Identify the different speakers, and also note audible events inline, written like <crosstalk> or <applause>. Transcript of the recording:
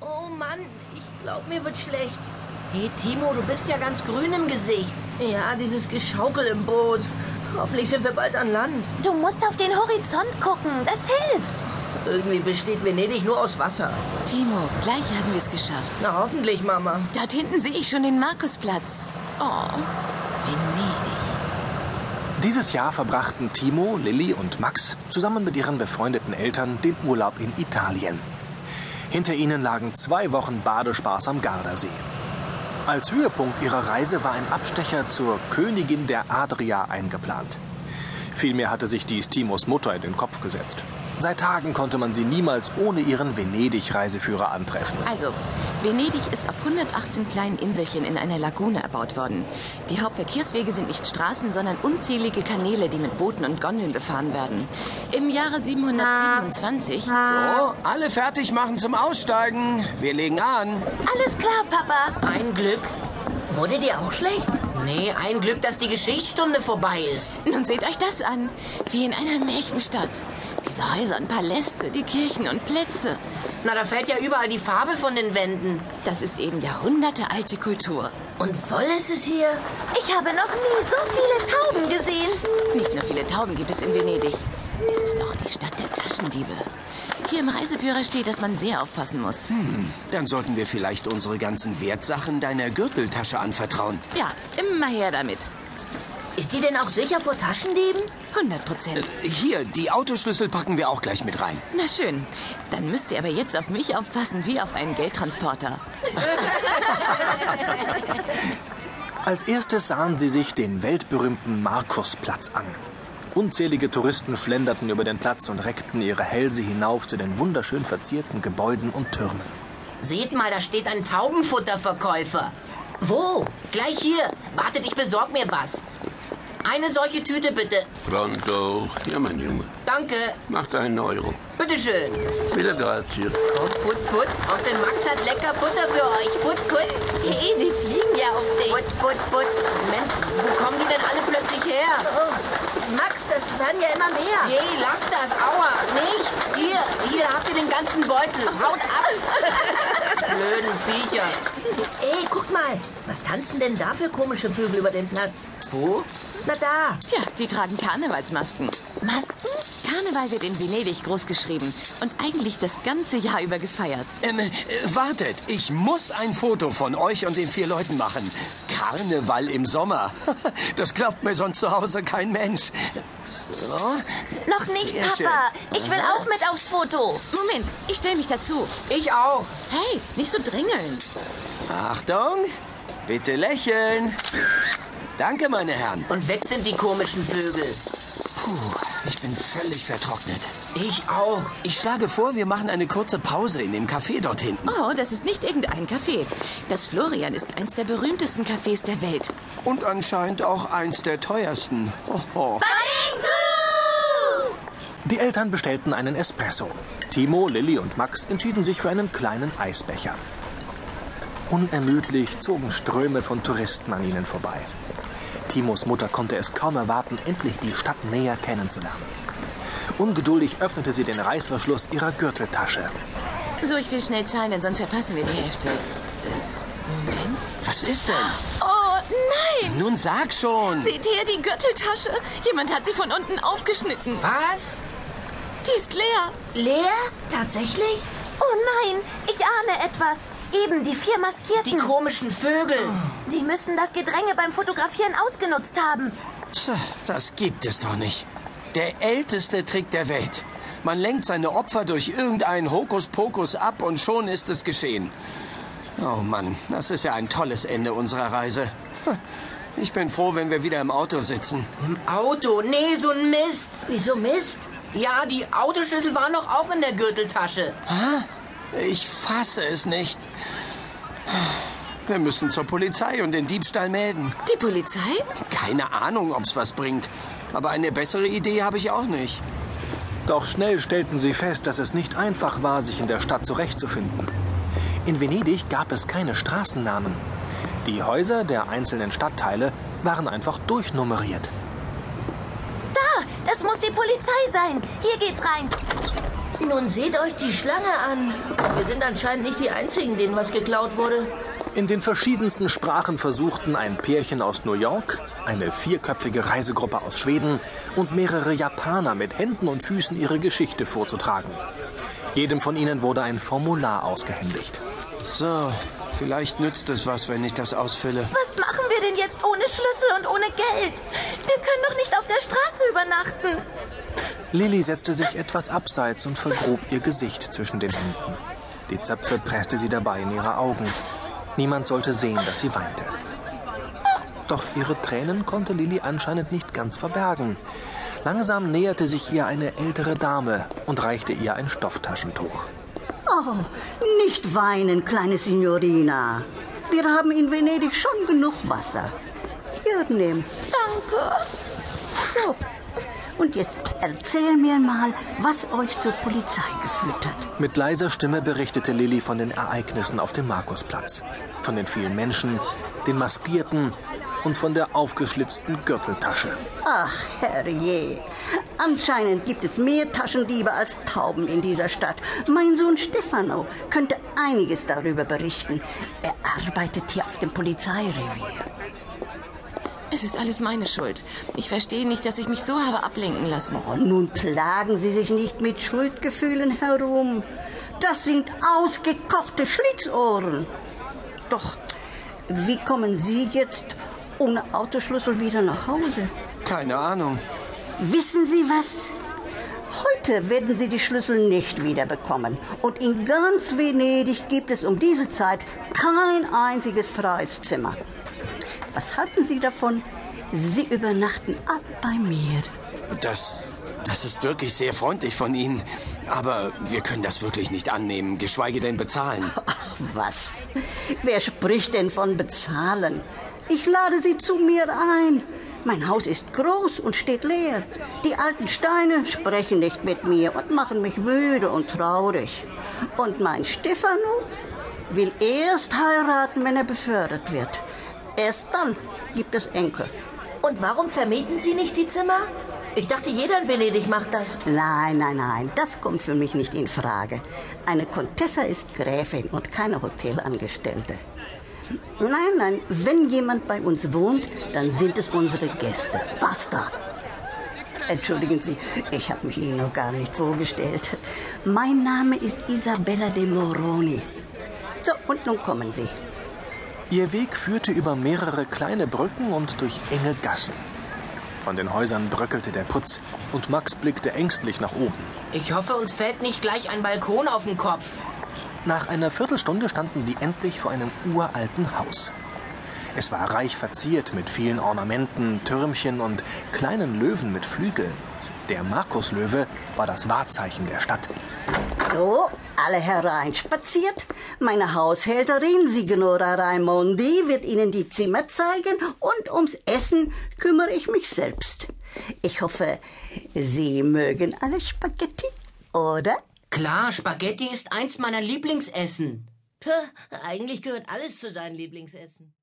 Speaker 1: Oh Mann, ich glaube, mir wird schlecht.
Speaker 2: Hey Timo, du bist ja ganz grün im Gesicht.
Speaker 1: Ja, dieses Geschaukel im Boot. Hoffentlich sind wir bald an Land.
Speaker 3: Du musst auf den Horizont gucken, das hilft.
Speaker 1: Irgendwie besteht Venedig nur aus Wasser.
Speaker 4: Timo, gleich haben wir es geschafft.
Speaker 1: Na, hoffentlich, Mama.
Speaker 4: Dort hinten sehe ich schon den Markusplatz. Oh, Venedig.
Speaker 5: Dieses Jahr verbrachten Timo, Lilly und Max zusammen mit ihren befreundeten Eltern den Urlaub in Italien. Hinter ihnen lagen zwei Wochen Badespaß am Gardasee. Als Höhepunkt ihrer Reise war ein Abstecher zur Königin der Adria eingeplant. Vielmehr hatte sich dies Timos Mutter in den Kopf gesetzt. Seit Tagen konnte man sie niemals ohne ihren Venedig-Reiseführer antreffen.
Speaker 4: Also, Venedig ist auf 118 kleinen Inselchen in einer Lagune erbaut worden. Die Hauptverkehrswege sind nicht Straßen, sondern unzählige Kanäle, die mit Booten und Gondeln befahren werden. Im Jahre 727,
Speaker 6: So,
Speaker 2: Ah.
Speaker 6: alle fertig machen zum Aussteigen. Wir legen an.
Speaker 3: Alles klar, Papa.
Speaker 2: Ein Glück.
Speaker 1: Wurde dir auch schlecht?
Speaker 2: Nee, ein Glück, dass die Geschichtsstunde vorbei ist.
Speaker 4: nun seht euch das an. Wie in einer Märchenstadt. Diese Häuser und Paläste, die Kirchen und Plätze.
Speaker 2: Na, da fällt ja überall die Farbe von den Wänden.
Speaker 4: Das ist eben jahrhundertealte Kultur.
Speaker 1: Und voll ist es hier?
Speaker 3: Ich habe noch nie so viele Tauben gesehen.
Speaker 4: Nicht nur viele Tauben gibt es in Venedig. Es ist auch die Stadt der Taschendiebe. Hier im Reiseführer steht, dass man sehr aufpassen muss.
Speaker 6: Dann sollten wir vielleicht unsere ganzen Wertsachen deiner Gürteltasche anvertrauen.
Speaker 4: Ja, immer her damit.
Speaker 1: Ist die denn auch sicher vor Taschendieben?
Speaker 4: 100 Prozent.
Speaker 6: Hier, die Autoschlüssel packen wir auch gleich mit rein.
Speaker 4: Na schön. Dann müsst ihr aber jetzt auf mich aufpassen wie auf einen Geldtransporter.
Speaker 5: Als erstes sahen sie sich den weltberühmten Markusplatz an. Unzählige Touristen schlenderten über den Platz und reckten ihre Hälse hinauf zu den wunderschön verzierten Gebäuden und Türmen.
Speaker 2: Seht mal, da steht ein Taubenfutterverkäufer. Wo? Gleich hier. Wartet, ich besorg mir was. Eine solche Tüte bitte.
Speaker 7: Pronto. Ja, mein Junge.
Speaker 2: Danke.
Speaker 7: Macht einen Euro.
Speaker 2: Bitteschön.
Speaker 7: Wieder grazie.
Speaker 2: Put, put. Auch der Max hat lecker Butter für euch. Put, put.
Speaker 3: Hey, die fliegen ja auf dich.
Speaker 2: Put, put, put. Mensch, wo kommen die denn alle plötzlich her?
Speaker 1: Oh, Max, das werden ja immer mehr.
Speaker 2: Hey, lass das. Aua. Nicht. Hier, hier habt ihr den ganzen Beutel. Haut
Speaker 3: <laughs>
Speaker 2: ab. Blöden Viecher.
Speaker 1: Ey, guck mal. Was tanzen denn da für komische Vögel über den Platz?
Speaker 2: Wo?
Speaker 1: Na da.
Speaker 4: Tja, die tragen Karnevalsmasken. Masken? Karneval wird in Venedig großgeschrieben und eigentlich das ganze Jahr über gefeiert.
Speaker 6: Ähm, äh, wartet, ich muss ein Foto von euch und den vier Leuten machen. Karneval im Sommer. <laughs> Das glaubt mir sonst zu Hause kein Mensch. So.
Speaker 3: Noch nicht,
Speaker 6: Sehr schön.
Speaker 3: Papa. Ich will auch mit aufs Foto.
Speaker 4: Moment, ich stelle mich dazu.
Speaker 2: Ich auch.
Speaker 4: Hey, nicht so drängeln.
Speaker 6: Achtung, bitte lächeln. Danke, meine Herren.
Speaker 2: Und weg sind die komischen Vögel.
Speaker 6: Puh, ich bin völlig vertrocknet.
Speaker 2: Ich auch.
Speaker 6: Ich schlage vor, wir machen eine kurze Pause in dem Café dort hinten.
Speaker 4: Oh, das ist nicht irgendein Café. Das Florian ist eins der berühmtesten Cafés der Welt.
Speaker 6: Und anscheinend auch eins der teuersten. Oh, Hoho.
Speaker 5: Die Eltern bestellten einen Espresso. Timo, Lilly und Max entschieden sich für einen kleinen Eisbecher. Unermüdlich zogen Ströme von Touristen an ihnen vorbei. Timos Mutter konnte es kaum erwarten, endlich die Stadt näher kennenzulernen. Ungeduldig öffnete sie den Reißverschluss ihrer Gürteltasche.
Speaker 4: So, ich will schnell zahlen, denn sonst verpassen wir die Hälfte.
Speaker 6: Was ist denn?
Speaker 4: Oh, nein!
Speaker 6: Nun sag schon.
Speaker 4: Seht ihr die Gürteltasche? Jemand hat sie von unten aufgeschnitten.
Speaker 6: Was?
Speaker 4: Die ist leer.
Speaker 1: Leer? Tatsächlich?
Speaker 3: Oh nein, ich ahne etwas. Eben die vier
Speaker 2: Die
Speaker 3: Maskierten.
Speaker 2: komischen Vögel.
Speaker 3: Die müssen das Gedränge beim Fotografieren ausgenutzt haben.
Speaker 6: Tja, das gibt es doch nicht. Der älteste Trick der Welt. Man lenkt seine Opfer durch irgendeinen Hokuspokus ab und schon ist es geschehen. Oh Mann, das ist ja ein tolles Ende unserer Reise. Hm, Ich bin froh, wenn wir wieder im Auto sitzen.
Speaker 2: Im Auto. Nee, so ein Mist.
Speaker 1: Wieso Mist?
Speaker 2: Ja, die Autoschlüssel waren doch auch in der Gürteltasche.
Speaker 6: Ich fasse es nicht. Wir müssen zur Polizei und den Diebstahl melden.
Speaker 4: Die Polizei?
Speaker 6: Keine Ahnung, ob's was bringt. Aber eine bessere Idee habe ich auch nicht.
Speaker 5: Doch schnell stellten sie fest, dass es nicht einfach war, sich in der Stadt zurechtzufinden. In Venedig gab es keine Straßennamen. Die Häuser der einzelnen Stadtteile waren einfach durchnummeriert.
Speaker 3: Da, das muss die Polizei sein. Hier geht's rein.
Speaker 1: Nun seht euch die Schlange an. Wir sind anscheinend nicht die Einzigen, denen was geklaut wurde.
Speaker 5: In den verschiedensten Sprachen versuchten ein Pärchen aus New York, eine vierköpfige Reisegruppe aus Schweden und mehrere Japaner mit Händen und Füßen ihre Geschichte vorzutragen. Jedem von ihnen wurde ein Formular ausgehändigt.
Speaker 6: So, vielleicht nützt es was, wenn ich das ausfülle.
Speaker 3: Was machen wir denn jetzt ohne Schlüssel und ohne Geld? Wir können doch nicht auf der Straße übernachten.
Speaker 5: Lilly setzte sich etwas abseits und vergrub ihr Gesicht zwischen den Händen. Die Zöpfe presste sie dabei in ihre Augen. Niemand sollte sehen, dass sie weinte. Doch ihre Tränen konnte Lilly anscheinend nicht ganz verbergen. Langsam näherte sich ihr eine ältere Dame und reichte ihr ein Stofftaschentuch.
Speaker 8: Oh, nicht weinen, kleine Signorina. Wir haben in Venedig schon genug Wasser. Hier, nimm.
Speaker 3: Danke.
Speaker 8: So. Und jetzt erzähl mir mal, was euch zur Polizei geführt hat.
Speaker 5: Mit leiser Stimme berichtete Lilly von den Ereignissen auf dem Markusplatz, von den vielen Menschen, den Maskierten und von der aufgeschlitzten Gürteltasche.
Speaker 8: Ach, herrje. Anscheinend gibt es mehr Taschendiebe als Tauben in dieser Stadt. Mein Sohn Stefano könnte einiges darüber berichten. Er arbeitet hier auf dem Polizeirevier.
Speaker 4: Es ist alles meine Schuld. Ich verstehe nicht, dass ich mich so habe ablenken lassen.
Speaker 8: Oh, nun plagen Sie sich nicht mit Schuldgefühlen herum. Das sind ausgekochte Schlitzohren. Doch, wie kommen Sie jetzt ohne Autoschlüssel wieder nach Hause?
Speaker 6: Keine Ahnung.
Speaker 8: Wissen Sie was? Heute werden Sie die Schlüssel nicht wiederbekommen. Und in ganz Venedig gibt es um diese Zeit kein einziges freies Zimmer. Was halten Sie davon? Sie übernachten ab bei mir.
Speaker 6: Das, das ist wirklich sehr freundlich von Ihnen. Aber wir können das wirklich nicht annehmen, geschweige denn bezahlen.
Speaker 8: Ach was, wer spricht denn von bezahlen? Ich lade Sie zu mir ein. Mein Haus ist groß und steht leer. Die alten Steine sprechen nicht mit mir und machen mich müde und traurig. Und mein Stefano will erst heiraten, wenn er befördert wird. Erst dann gibt es Enkel.
Speaker 1: Und warum vermieten Sie nicht die Zimmer? Ich dachte, jeder in Venedig macht das.
Speaker 8: Nein, nein, nein, das kommt für mich nicht in Frage. Eine Contessa ist Gräfin und keine Hotelangestellte. Nein, nein, wenn jemand bei uns wohnt, dann sind es unsere Gäste. Basta. Entschuldigen Sie, ich habe mich Ihnen noch gar nicht vorgestellt. Mein Name ist Isabella de Moroni. So, und nun kommen Sie.
Speaker 5: Ihr Weg führte über mehrere kleine Brücken und durch enge Gassen. Von den Häusern bröckelte der Putz und Max blickte ängstlich nach oben.
Speaker 2: Ich hoffe, uns fällt nicht gleich ein Balkon auf den Kopf.
Speaker 5: Nach einer Viertelstunde standen sie endlich vor einem uralten Haus. Es war reich verziert mit vielen Ornamenten, Türmchen und kleinen Löwen mit Flügeln. Der Markuslöwe war das Wahrzeichen der Stadt.
Speaker 8: So, alle herein spaziert. Meine Haushälterin Signora Raimondi wird Ihnen die Zimmer zeigen und ums Essen kümmere ich mich selbst. Ich hoffe, Sie mögen alle Spaghetti, oder?
Speaker 2: Klar, Spaghetti ist eins meiner Lieblingsessen.
Speaker 1: Puh, eigentlich gehört alles zu seinem Lieblingsessen.